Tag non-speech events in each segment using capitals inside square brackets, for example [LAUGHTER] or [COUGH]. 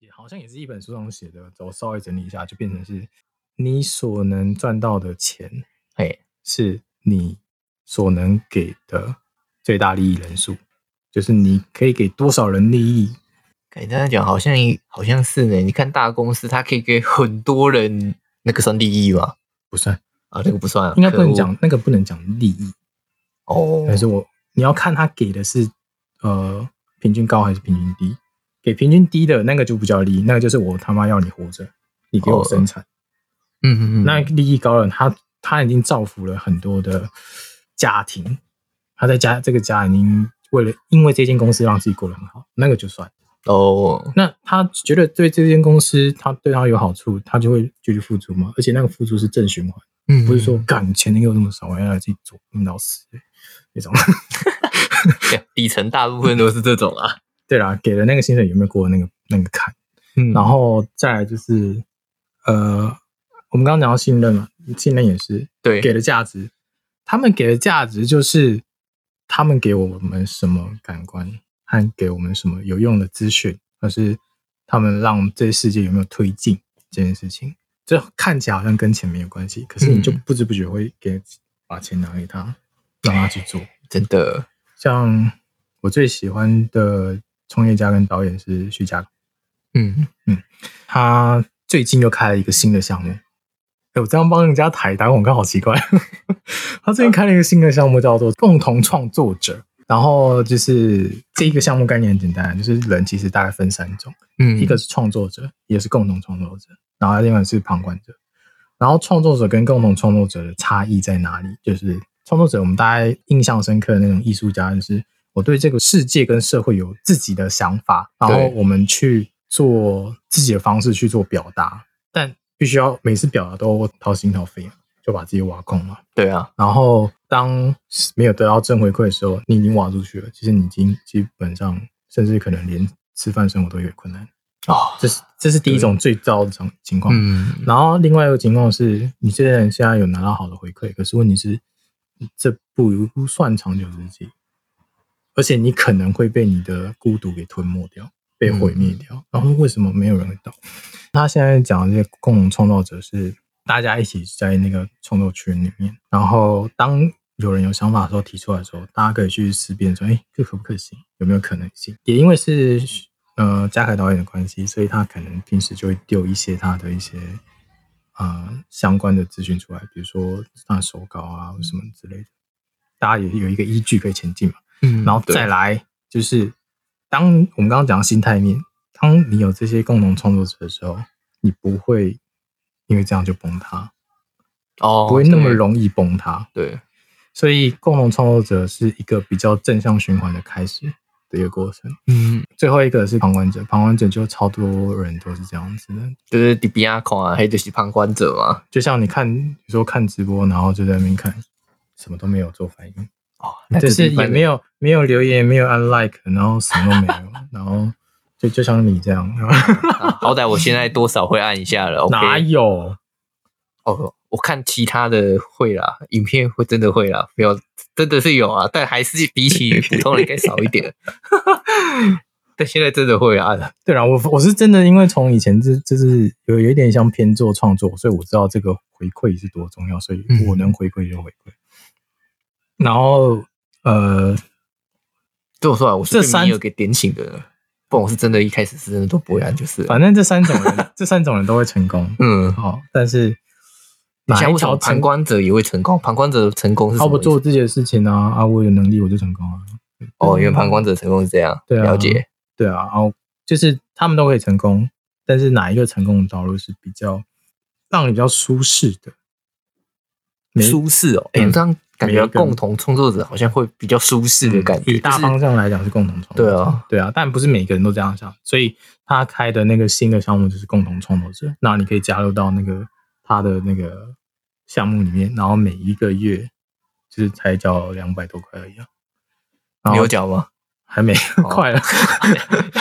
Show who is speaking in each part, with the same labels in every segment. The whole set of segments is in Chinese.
Speaker 1: 也好像也是一本书上写的，我稍微整理一下，就变成是你所能赚到的钱
Speaker 2: 嘿，
Speaker 1: 是你所能给的最大利益人数，就是你可以给多少人利益。
Speaker 2: 感觉这样讲好像好像是呢。你看大公司，它可以给很多人，那个算利益吗？
Speaker 1: 不算，
Speaker 2: 啊，这个不算啊，
Speaker 1: 应该不能
Speaker 2: 可恶
Speaker 1: 讲那个不能讲利益，
Speaker 2: 哦。
Speaker 1: 但是我你要看他给的是呃平均高还是平均低，给平均低的那个就不叫利益，那个就是我他妈要你活着，你给我
Speaker 2: 哦
Speaker 1: 生产。
Speaker 2: 嗯嗯嗯，
Speaker 1: 那利益高了，他他已经造福了很多的家庭，他在家这个家已经为了因为这间公司让自己过得很好，那个就算。
Speaker 2: 哦，
Speaker 1: 那他觉得对这间公司他对他有好处，他就会继续付出嘛，而且那个付出是正循环，
Speaker 2: 嗯，
Speaker 1: 不是说干钱给我这么少，我要来自己做弄到死那种。 [LAUGHS]
Speaker 2: 对底层大部分都是这种啊。
Speaker 1: 对啦，给的那个薪水有没有过那个那个坎？
Speaker 2: 嗯
Speaker 1: 然后再来就是，呃，我们刚刚讲到信任嘛，信任也是
Speaker 2: 对，
Speaker 1: 给的价值，他们给的价值就是他们给我们什么感官和给我们什么有用的资讯，而是他们让这世界有没有推进这件事情。这看起来好像跟钱没有关系，可是你就
Speaker 2: 嗯
Speaker 1: 不知不觉会给把钱拿给他，让他去做。
Speaker 2: 真的，
Speaker 1: 像我最喜欢的创业家跟导演是徐佳
Speaker 2: 嗯，
Speaker 1: 他最近又开了一个新的项目。哎，我这样帮人家抬打广告好奇怪。 [LAUGHS] 他最近开了一个新的项目，叫做“共同创作者”。然后就是这一个项目概念很简单，就是人其实大概分三种，
Speaker 2: 嗯，
Speaker 1: 一个是创作者，也是共同创作者，然后另外是旁观者。然后创作者跟共同创作者的差异在哪里？就是创作者，我们大家印象深刻的那种艺术家，就是我对这个世界跟社会有自己的想法，然后
Speaker 2: 对
Speaker 1: 我们去做自己的方式去做表达，但必须要每次表达都掏心掏肺，就把自己挖空嘛。
Speaker 2: 对啊，
Speaker 1: 然后当没有得到正回馈的时候，你已经挖出去了，其实你已经基本上甚至可能连吃饭生活都有点困难。
Speaker 2: 哦，
Speaker 1: 这是这是第一种最糟的情情况。
Speaker 2: 嗯，
Speaker 1: 然后另外一个情况是，你这些人现在有拿到好的回馈，可是问题是，这不算长久之计，而且你可能会被你的孤独给吞没掉，被毁灭掉。然后为什么没有人会懂？他现在讲的这些共同创造者是大家一起在那个创作圈里面，然后当有人有想法的时候提出来的时候，大家可以去思辨说，哎，这可不可行？有没有可能性？也因为是呃嘉凯导演的关系，所以他可能平时就会丢一些他的一些呃相关的资讯出来，比如说他的手稿啊什么之类的，大家也有一个依据可以前进嘛。
Speaker 2: 嗯
Speaker 1: 然后再来就是，当我们刚刚讲到心态面，当你有这些共同创作者的时候，你不会因为这样就崩塌，
Speaker 2: 对哦，
Speaker 1: 不会那么
Speaker 2: 对，
Speaker 1: 容易崩塌。
Speaker 2: 对，
Speaker 1: 所以，共同创作者是一个比较正向循环的开始的一个过程。
Speaker 2: 嗯，
Speaker 1: 最后一个是旁观者，旁观者就超多人都是这样子的，
Speaker 2: 就是底边啊看啊，还就是旁观者嘛，
Speaker 1: 就像你看，有时候看直播，然后就在那边看，什么都没有做反应，
Speaker 2: 哦，
Speaker 1: 就是也没
Speaker 2: 有，
Speaker 1: 有没有留言，没有按 like，然后什么都没 [LAUGHS] 有，然后就就像你这样，
Speaker 2: 啊好歹我现在多少会按一下了
Speaker 1: 哪
Speaker 2: ，OK，
Speaker 1: 有？
Speaker 2: 哦，我看其他的会啦，影片会真的会啦，没有，真的是有啊，但还是比起普通人应该少一点， [LAUGHS] 但现在真的会啊，
Speaker 1: 对啦，我我是真的因为从以前这就是有有一点像偏做创作，所以我知道这个回馈是多重要，所以
Speaker 2: 嗯
Speaker 1: 我能回馈就回馈。然后呃，
Speaker 2: 这么说来，啊我是
Speaker 1: 这三
Speaker 2: 被你有给点醒的，不然我是真的一开始是真的都不会按，啊就是了，
Speaker 1: 反正这三种人， [LAUGHS] 这三种人都会成功。
Speaker 2: 嗯。
Speaker 1: 好，但是
Speaker 2: 你
Speaker 1: 哪
Speaker 2: 想
Speaker 1: 一
Speaker 2: 为什
Speaker 1: 条
Speaker 2: 么旁
Speaker 1: 成
Speaker 2: 观者也会成功？旁观者成功是什
Speaker 1: 啊，
Speaker 2: 么
Speaker 1: 我
Speaker 2: 意思？
Speaker 1: 做自己的事情啊，啊，我有能力我就成功啊。
Speaker 2: 哦，因为旁观者成功是这样，
Speaker 1: 对啊
Speaker 2: 了解。
Speaker 1: 对啊，然后就是他们都可以成功，但是哪一个成功的道路是比较让你比较舒适的？每一
Speaker 2: 舒适哦，哎、
Speaker 1: 嗯
Speaker 2: 这样感
Speaker 1: 每
Speaker 2: 觉
Speaker 1: 一个人
Speaker 2: 共同创作者好像会比较舒适的感觉。
Speaker 1: 以嗯大
Speaker 2: 就是
Speaker 1: 方向来讲是共同创作者
Speaker 2: 对啊，
Speaker 1: 对啊，但不是每个人都这样想，所以他开的那个新的项目就是共同创作者，那你可以加入到那个他的那个项目里面，然后每一个月就是才交两百多块而已啊，然
Speaker 2: 你
Speaker 1: 后
Speaker 2: 有讲吗？
Speaker 1: 还没、
Speaker 2: 哦
Speaker 1: [LAUGHS] 快了，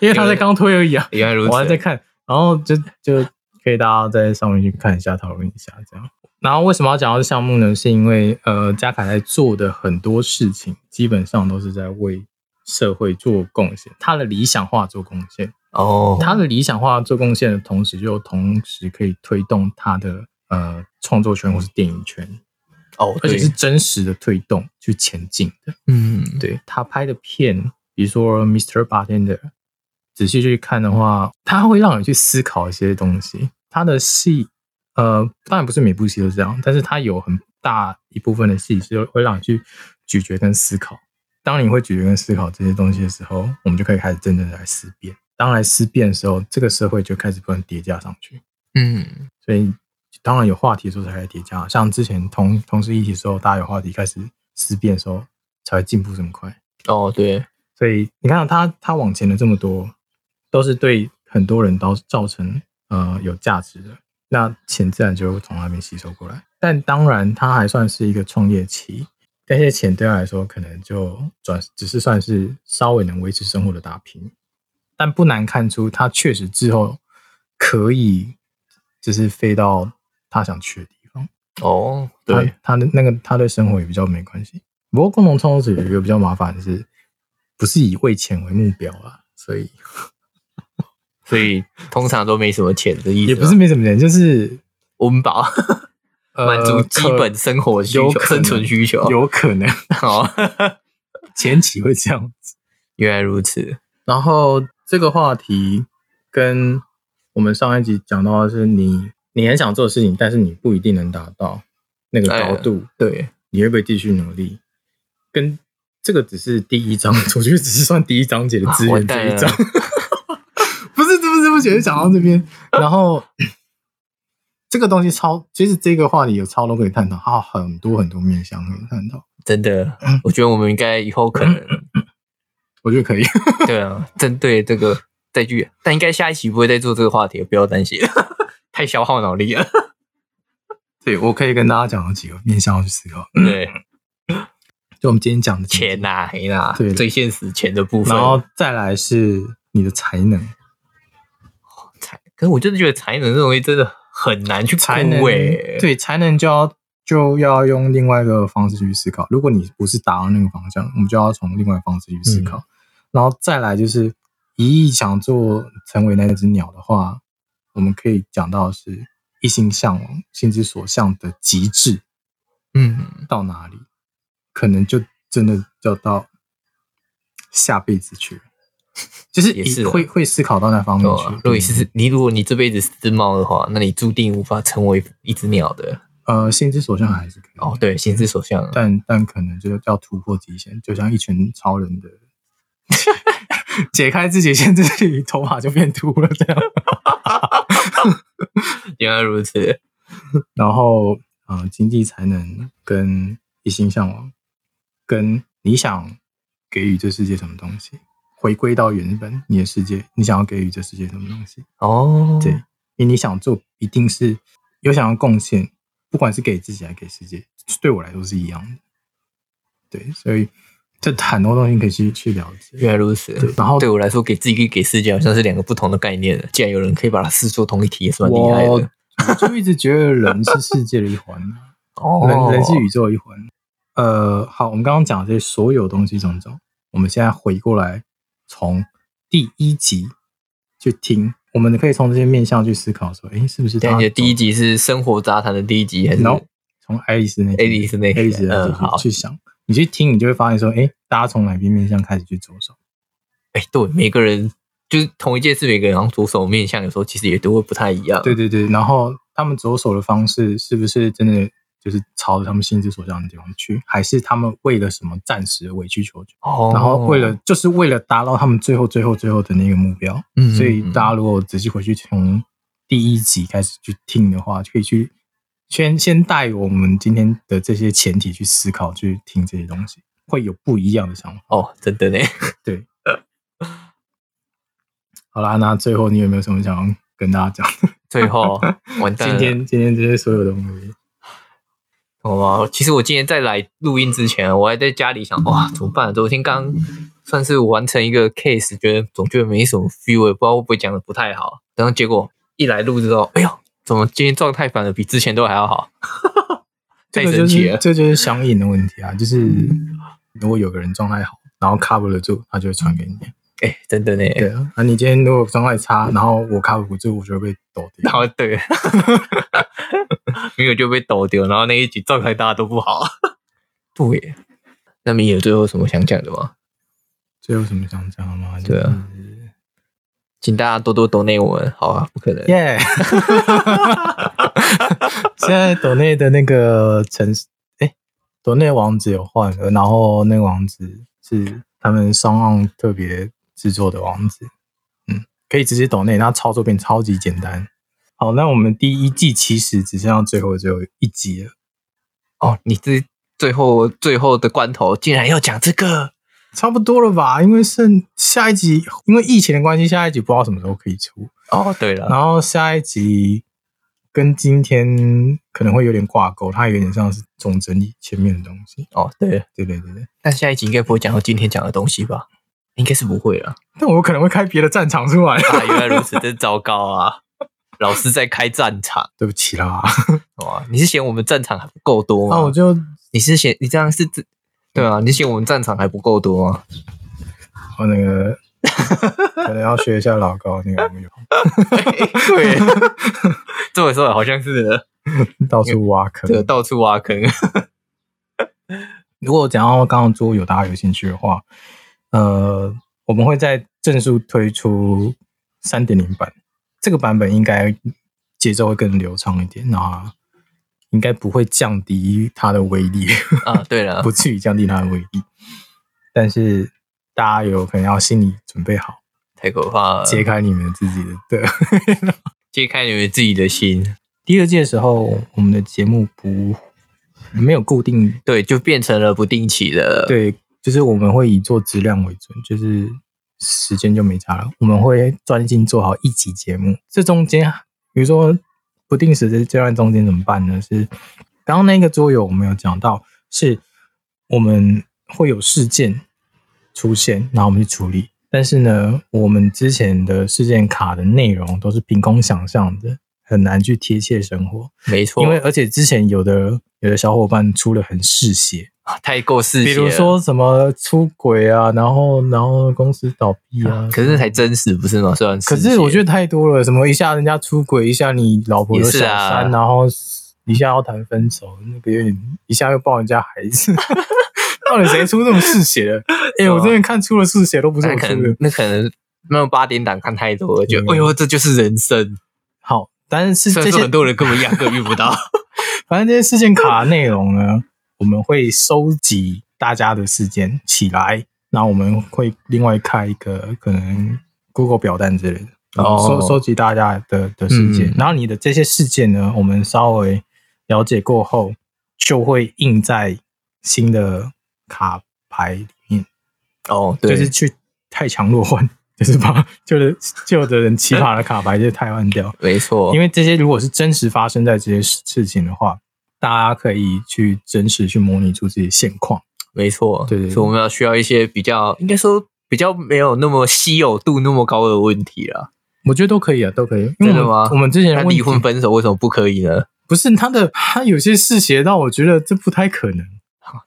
Speaker 1: 因为他才刚推而已啊，
Speaker 2: 原来如此，
Speaker 1: 我还在看，然后就就可以大家在上面去看一下，讨论一下这样。然后为什么要讲到这项目呢？是因为呃，嘉凯在做的很多事情，基本上都是在为社会做贡献，他的理想化做贡献。
Speaker 2: 哦，
Speaker 1: 他的理想化做贡献的同时，又同时可以推动他的呃创作圈或是电影圈，
Speaker 2: 哦，
Speaker 1: 而且
Speaker 2: 对
Speaker 1: 是真实的推动去前进的。
Speaker 2: 嗯，
Speaker 1: 对他拍的片，比如说《Mr. Bartender》，仔细去看的话，他会让你去思考一些东西。他的戏，呃，当然不是每部戏都这样，但是他有很大一部分的戏是会让你去咀嚼跟思考。当你会咀嚼跟思考这些东西的时候，我们就可以开始真正的来思辨。当来思辨的时候，这个社会就开始不断叠加上去。
Speaker 2: 嗯，
Speaker 1: 所以当然有话题的时候才开始叠加，像之前同同事一起的时候，大家有话题开始思辨的时候，才会进步这么快。
Speaker 2: 哦，对，
Speaker 1: 所以你看到啊他他往前的这么多，都是对很多人都造成呃有价值的，那钱自然就会从那边吸收过来。但当然，他还算是一个创业期，那些钱对他来说可能就转只是算是稍微能维持生活的打拼，但不难看出他确实之后可以就是飞到他想去的地方。
Speaker 2: 哦，
Speaker 1: 他
Speaker 2: 对，
Speaker 1: 他的那个他对生活也比较没关系。不过共同创作者有一个比较麻烦的是，不是以为钱为目标啦，所以
Speaker 2: 所以通常都没什么钱的意思
Speaker 1: 也
Speaker 2: 啊，
Speaker 1: 不是没什么钱，就是
Speaker 2: 温饱，
Speaker 1: 呃
Speaker 2: 满足基本生活需求、
Speaker 1: 可
Speaker 2: 生存需求。
Speaker 1: 有可能
Speaker 2: 好，
Speaker 1: 前期会这样子。
Speaker 2: 原来如此。
Speaker 1: 然后这个话题跟我们上一集讲到的是你你很想做的事情，但是你不一定能达到那个
Speaker 2: 哎
Speaker 1: 高度，
Speaker 2: 对，
Speaker 1: 你会不会继续努力？跟这个只是第一章， [LAUGHS] 我觉得只是算第一章节的资
Speaker 2: 啊
Speaker 1: 源
Speaker 2: 完
Speaker 1: 这
Speaker 2: 蛋
Speaker 1: 一
Speaker 2: 了
Speaker 1: 章。 [LAUGHS] 不是，不是，不是，讲到这边，然后这个东西超，其实这个话题有超多可以探讨，还有很多很多面向可以探讨，
Speaker 2: 真的，
Speaker 1: 嗯
Speaker 2: 我觉得我们应该以后可能，
Speaker 1: 我觉得可以。 [LAUGHS]
Speaker 2: 对啊，针对这个再去，但应该下一期不会再做这个话题了，不要担心， [LAUGHS] 太消耗脑力了。
Speaker 1: 对，我可以跟大家讲有几个面向要去思考，
Speaker 2: 对，
Speaker 1: 就我们今天讲的经济
Speaker 2: 钱，啊呐、黑呐、
Speaker 1: 对
Speaker 2: 最现实钱的部分。
Speaker 1: 然后再来是你的才能，
Speaker 2: 才，可是我真的觉得才能这东西真的很难去
Speaker 1: 才
Speaker 2: 估
Speaker 1: 能
Speaker 2: 欸
Speaker 1: 对才能就要就要用另外一个方式去思考。如果你不是打到那个方向，我们就要从另外一个方式去思考。
Speaker 2: 嗯
Speaker 1: 然后再来就是一意想做成为那只鸟的话，我们可以讲到的是一心向往、心之所向的极致
Speaker 2: 嗯，
Speaker 1: 到哪里，可能就真的就到下辈子去了。就是
Speaker 2: 也
Speaker 1: 以
Speaker 2: 是啊
Speaker 1: 会会思考到那方面
Speaker 2: 对
Speaker 1: 去嗯
Speaker 2: 啊。如果你是你，如果你这辈子是只猫的话，那你注定无法成为一只鸟的。
Speaker 1: 呃，心之所向还是可以
Speaker 2: 哦，对，心之所向。
Speaker 1: 但但可能就是要突破极限，就像一群超人的 [LAUGHS] 解开自己限制，自己头发就变秃了这样。
Speaker 2: 原来如此。
Speaker 1: 然后呃，经济才能跟一心向往，跟你想给予这世界什么东西，回归到原本你的世界，你想要给予这世界什么东西？
Speaker 2: 哦，
Speaker 1: 对，因为你想做一定是有想要贡献，不管是给自己还是给世界，对我来说是一样的。对，所以这很多东西可以去去了解。
Speaker 2: 原来如此
Speaker 1: 对。然后
Speaker 2: 对我来说，给自己跟给世界好像是两个不同的概念了。啊既然有人可以把它视作同一体，也是蛮厉害
Speaker 1: 我
Speaker 2: 的。
Speaker 1: 我就一直觉得人是世界的一环，啊
Speaker 2: [LAUGHS] 哦，
Speaker 1: 人人是宇宙的一环。呃，好，我们刚刚讲的这些所有东西种种，我们现在回过来从第一集去听，我们可以从这些面向去思考说，诶，是不是
Speaker 2: 这
Speaker 1: 他
Speaker 2: 样你的第一集是生活杂谈的第一集，还是
Speaker 1: No，从爱丽丝那集
Speaker 2: 爱丽丝那集
Speaker 1: 爱丽丝那
Speaker 2: 嗯
Speaker 1: 集
Speaker 2: 好
Speaker 1: 去去想，你去听，你就会发现说，诶，大家从哪边面向开始去着手？
Speaker 2: 哎，对，每个人就是同一件事，每个人好像左手面向有时候其实也都会不太一样。
Speaker 1: 对对对，然后他们着手的方式是不是真的就是朝着他们心之所向的地方去，还是他们为了什么暂时的委曲求全，
Speaker 2: 哦，
Speaker 1: 然后为了就是为了达到他们最后最后最后的那个目标？
Speaker 2: 嗯，嗯，
Speaker 1: 所以大
Speaker 2: 嗯
Speaker 1: 家如果仔细回去从第一集开始去听的话，就可以去先先带我们今天的这些前提去思考，去听这些东西，会有不一样的想法。
Speaker 2: 哦，真的呢， [LAUGHS]
Speaker 1: 对，好啦，那最后你有没有什么想要跟大家讲？[LAUGHS]
Speaker 2: 最后完蛋
Speaker 1: 今
Speaker 2: 了。
Speaker 1: 天今天这些所有的东西，
Speaker 2: 好吗？哦其实我今天在来录音之前，我还在家里想，哇，怎么办？昨天刚算是完成一个 case，觉得总觉得没什么 feel，也不知道会不会讲的不太好。然后结果一来录之后，哎呦，怎么今天状态反而比之前都还要好？
Speaker 1: [LAUGHS] 这
Speaker 2: 太
Speaker 1: 个就
Speaker 2: 神奇
Speaker 1: 是
Speaker 2: 了！
Speaker 1: 这啊就是相
Speaker 2: [LAUGHS]
Speaker 1: 应的问题啊，就是如果有个人状态好，然后 cover 得住，他就会传给你。
Speaker 2: 哎，真的呢，
Speaker 1: 对
Speaker 2: [LAUGHS]
Speaker 1: 啊，啊，你今天如果伤害差，然后我 cover 不住，我就会被抖
Speaker 2: 然
Speaker 1: 掉。
Speaker 2: 后对，没有就被抖丢，然后那一局状态大家都不好。对耶，那你有最后有什么想讲的吗？
Speaker 1: 最后有什么想讲的吗？
Speaker 2: 对啊，请大家多多抖内我们，好啊，不可能，
Speaker 1: 耶！ [LAUGHS] 现在抖内的那个城市，哎，抖内网址有换了，然后那个网址是他们商岸特别制作的网址，嗯，可以直接抖内，然后操作变超级简单。好，那我们第一季其实只剩下最后只有一集了，
Speaker 2: 哦，你这最后最后的关头竟然要讲这个，
Speaker 1: 差不多了吧？因为剩下一集，因为疫情的关系，下一集不知道什么时候可以出。
Speaker 2: 哦，对了，
Speaker 1: 然后下一集跟今天可能会有点挂钩，它有点像是总整理前面的东西。
Speaker 2: 哦，对了，
Speaker 1: 对对对对，
Speaker 2: 那下一集应该不会讲到今天讲的东西吧？应该是不会了。
Speaker 1: 但我可能会开别的战场出来。
Speaker 2: 啊，原来如此，真糟糕啊！老师在开战场，
Speaker 1: [LAUGHS] 对不起啦，
Speaker 2: 哇，你是嫌我们战场还不够多吗？
Speaker 1: [LAUGHS] 那我就
Speaker 2: 你是嫌你这样是自对啊？你嫌我们战场还不够多吗？
Speaker 1: 我哦那 [LAUGHS] 个可能要学一下老高那个木有
Speaker 2: [LAUGHS] 对，这么说好像 [LAUGHS] 是的
Speaker 1: 到处挖坑。
Speaker 2: 对到处挖坑。
Speaker 1: 如果讲到刚刚桌游，大家有兴趣的话，呃，我们会在正数推出三点零版，这个版本应该节奏会更流畅一点，那应该不会降低它的威力， [LAUGHS]
Speaker 2: 啊，对 [LAUGHS] 了
Speaker 1: 不，至于降低它的威力。但是大家有可能要心理准备好，
Speaker 2: 太可怕了！
Speaker 1: 揭开你们自己的对。
Speaker 2: 揭开你们自己的心，
Speaker 1: 第二季的时候，我们的节目不没有固定
Speaker 2: 对，就变成了不定期的。，
Speaker 1: 对，就是我们会以做质量为准，就是时间就没差了。我们会专心做好一集节目，这中间比如说不定时的阶段中间怎么办呢？是刚刚那个桌游我们有讲到，是我们会有事件出现，然后我们去处理。但是呢，我们之前的事件卡的内容都是凭空想象的，很难去贴切生活。
Speaker 2: 没错，
Speaker 1: 因为而且之前有的有的小伙伴出了很嗜血，
Speaker 2: 啊太过嗜
Speaker 1: 比
Speaker 2: 血了。
Speaker 1: 如说什么出轨啊，然后然后公司倒闭啊
Speaker 2: 啊，。可是才真实不是吗？虽然
Speaker 1: 可是我觉
Speaker 2: 得
Speaker 1: 得太多了，什么一下人家出轨，一下你老婆有小
Speaker 2: 也是啊
Speaker 1: 三，然后一下要谈分手，那个有点一下又抱人家孩子， [LAUGHS] 到底谁出这种嗜血
Speaker 2: [LAUGHS]
Speaker 1: 的？哎、我真的看出了嗜血都不是
Speaker 2: 啊那
Speaker 1: 我
Speaker 2: 可
Speaker 1: 出
Speaker 2: 能
Speaker 1: 的。
Speaker 2: 那可能那种八点档看太多了，觉得
Speaker 1: 对
Speaker 2: 哎呦这就是人生。
Speaker 1: 好，但是
Speaker 2: 虽
Speaker 1: 这
Speaker 2: 然说
Speaker 1: 些
Speaker 2: 很多人跟我一样都遇不到， [LAUGHS]
Speaker 1: 反正这些事件卡的内容呢，我们会收集大家的事件起来，那我们会另外开一个可能 Google 表单之类的，
Speaker 2: 哦
Speaker 1: 收收集大家的的事件。
Speaker 2: 嗯
Speaker 1: 然后你的这些事件呢，我们稍微了解过后，就会印在新的卡牌里面，
Speaker 2: 哦，对，
Speaker 1: 就是去太强弱换， [LAUGHS] 就是把旧的旧的人奇葩的卡牌就太换掉。
Speaker 2: 没错，
Speaker 1: 因
Speaker 2: 为
Speaker 1: 为这些如果是真实发生在这些事事情的话，大家可以去真实去模拟出自己的现况。
Speaker 2: 没错，
Speaker 1: 对对对
Speaker 2: 所以我们要需要一些比较，应该说比较没有那么稀有度那么高的问题啦。
Speaker 1: 我觉得都可以啊，都可以。因为
Speaker 2: 真的
Speaker 1: 我们
Speaker 2: 吗
Speaker 1: 我们之前
Speaker 2: 那
Speaker 1: 啊问题
Speaker 2: 离婚分手为什么不可以呢？
Speaker 1: 不是他的，他有些事写到我觉得这不太可能。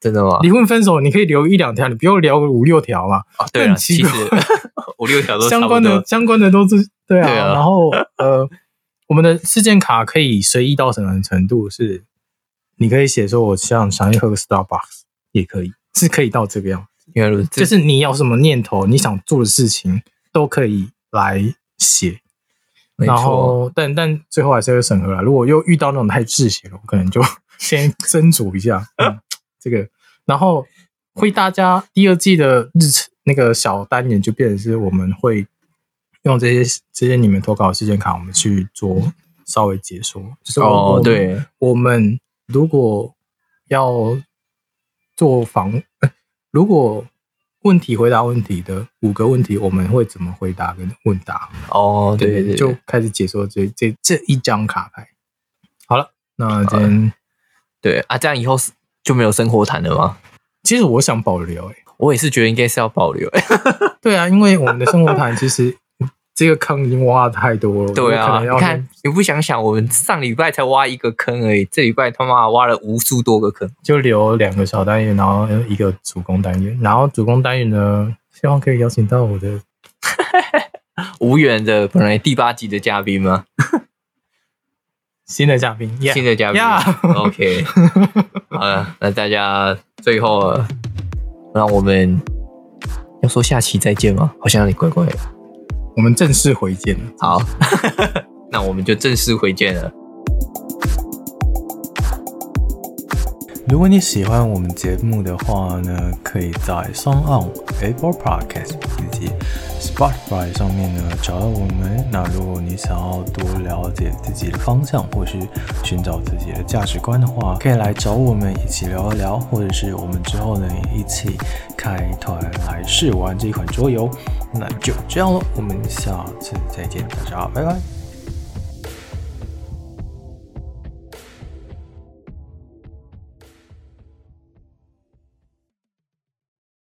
Speaker 2: 真的吗？
Speaker 1: 离婚分手你可以留一两条，你不用留五六条嘛。
Speaker 2: 啊，对了，
Speaker 1: 很奇
Speaker 2: 其
Speaker 1: 怪
Speaker 2: 实
Speaker 1: [LAUGHS]
Speaker 2: 五六条都差
Speaker 1: 相
Speaker 2: 不多
Speaker 1: 关的相关的都是对啊。
Speaker 2: 对啊
Speaker 1: 然后呃，我们的事件卡可以随意到什么程度是？你可以写说我想想去喝个 Starbucks 也可以，是可以到这个样子。
Speaker 2: 原来如此，
Speaker 1: 就是你有什么念头，你想做的事情都可以来写。
Speaker 2: 没
Speaker 1: 然
Speaker 2: 错，
Speaker 1: 后，但但最后还是会审核啦。如果又遇到那种太嗜血了，我可能就先斟酌一下、
Speaker 2: [LAUGHS]
Speaker 1: 嗯、这个。然后，会大家第二季的日程那个小单元就变成是我们会用这些这些你们投稿的事件卡，我们去做稍微解说。就是我我
Speaker 2: 哦，
Speaker 1: 们
Speaker 2: 对，
Speaker 1: 我们如果要做访，呃 [LAUGHS] 如果问题回答问题的五个问题，我们会怎么回答跟问答？
Speaker 2: 哦，对对对，
Speaker 1: 就开始解说这这这一张卡牌。好了，那今天
Speaker 2: 对啊，这样以后是就没有生活谈了吗？
Speaker 1: 其实我想保留、欸，
Speaker 2: 我也是觉得应该是要保
Speaker 1: 哦
Speaker 2: [LAUGHS] 留，
Speaker 1: 对啊，因为我们的生活谈其实
Speaker 2: [LAUGHS]
Speaker 1: 这个坑已经挖的太多了，
Speaker 2: 对
Speaker 1: 我
Speaker 2: 啊，
Speaker 1: 可能要
Speaker 2: 你看你不想想，我们上礼拜才挖一个坑而已，这礼拜他妈挖了无数多个坑。
Speaker 1: 就留两个小单元，然后一个主攻单元，然后主攻单元呢，希望可以邀请到我的
Speaker 2: 无缘的本来第八集的嘉宾吗？
Speaker 3: 新的嘉宾
Speaker 2: 新的嘉宾
Speaker 3: Yeah.
Speaker 1: [LAUGHS]
Speaker 2: OK，好了，那大家最后呃让我们要说下期再见吗？好像有点怪怪的。
Speaker 3: 我们正式回见了。
Speaker 2: 好， [LAUGHS] 那我们就正式回见了。
Speaker 1: 如果你喜欢我们节目的话呢，可以在 s o n On、Apple Podcast 以及 Spotify 上面呢找到我们。那如果你想要多了解自己的方向，或是寻找自己的价值观的话，可以来找我们一起聊一聊，或者是我们之后呢一起开团来试玩这一款桌游。那就这样喽，我们下次再见，大家拜拜。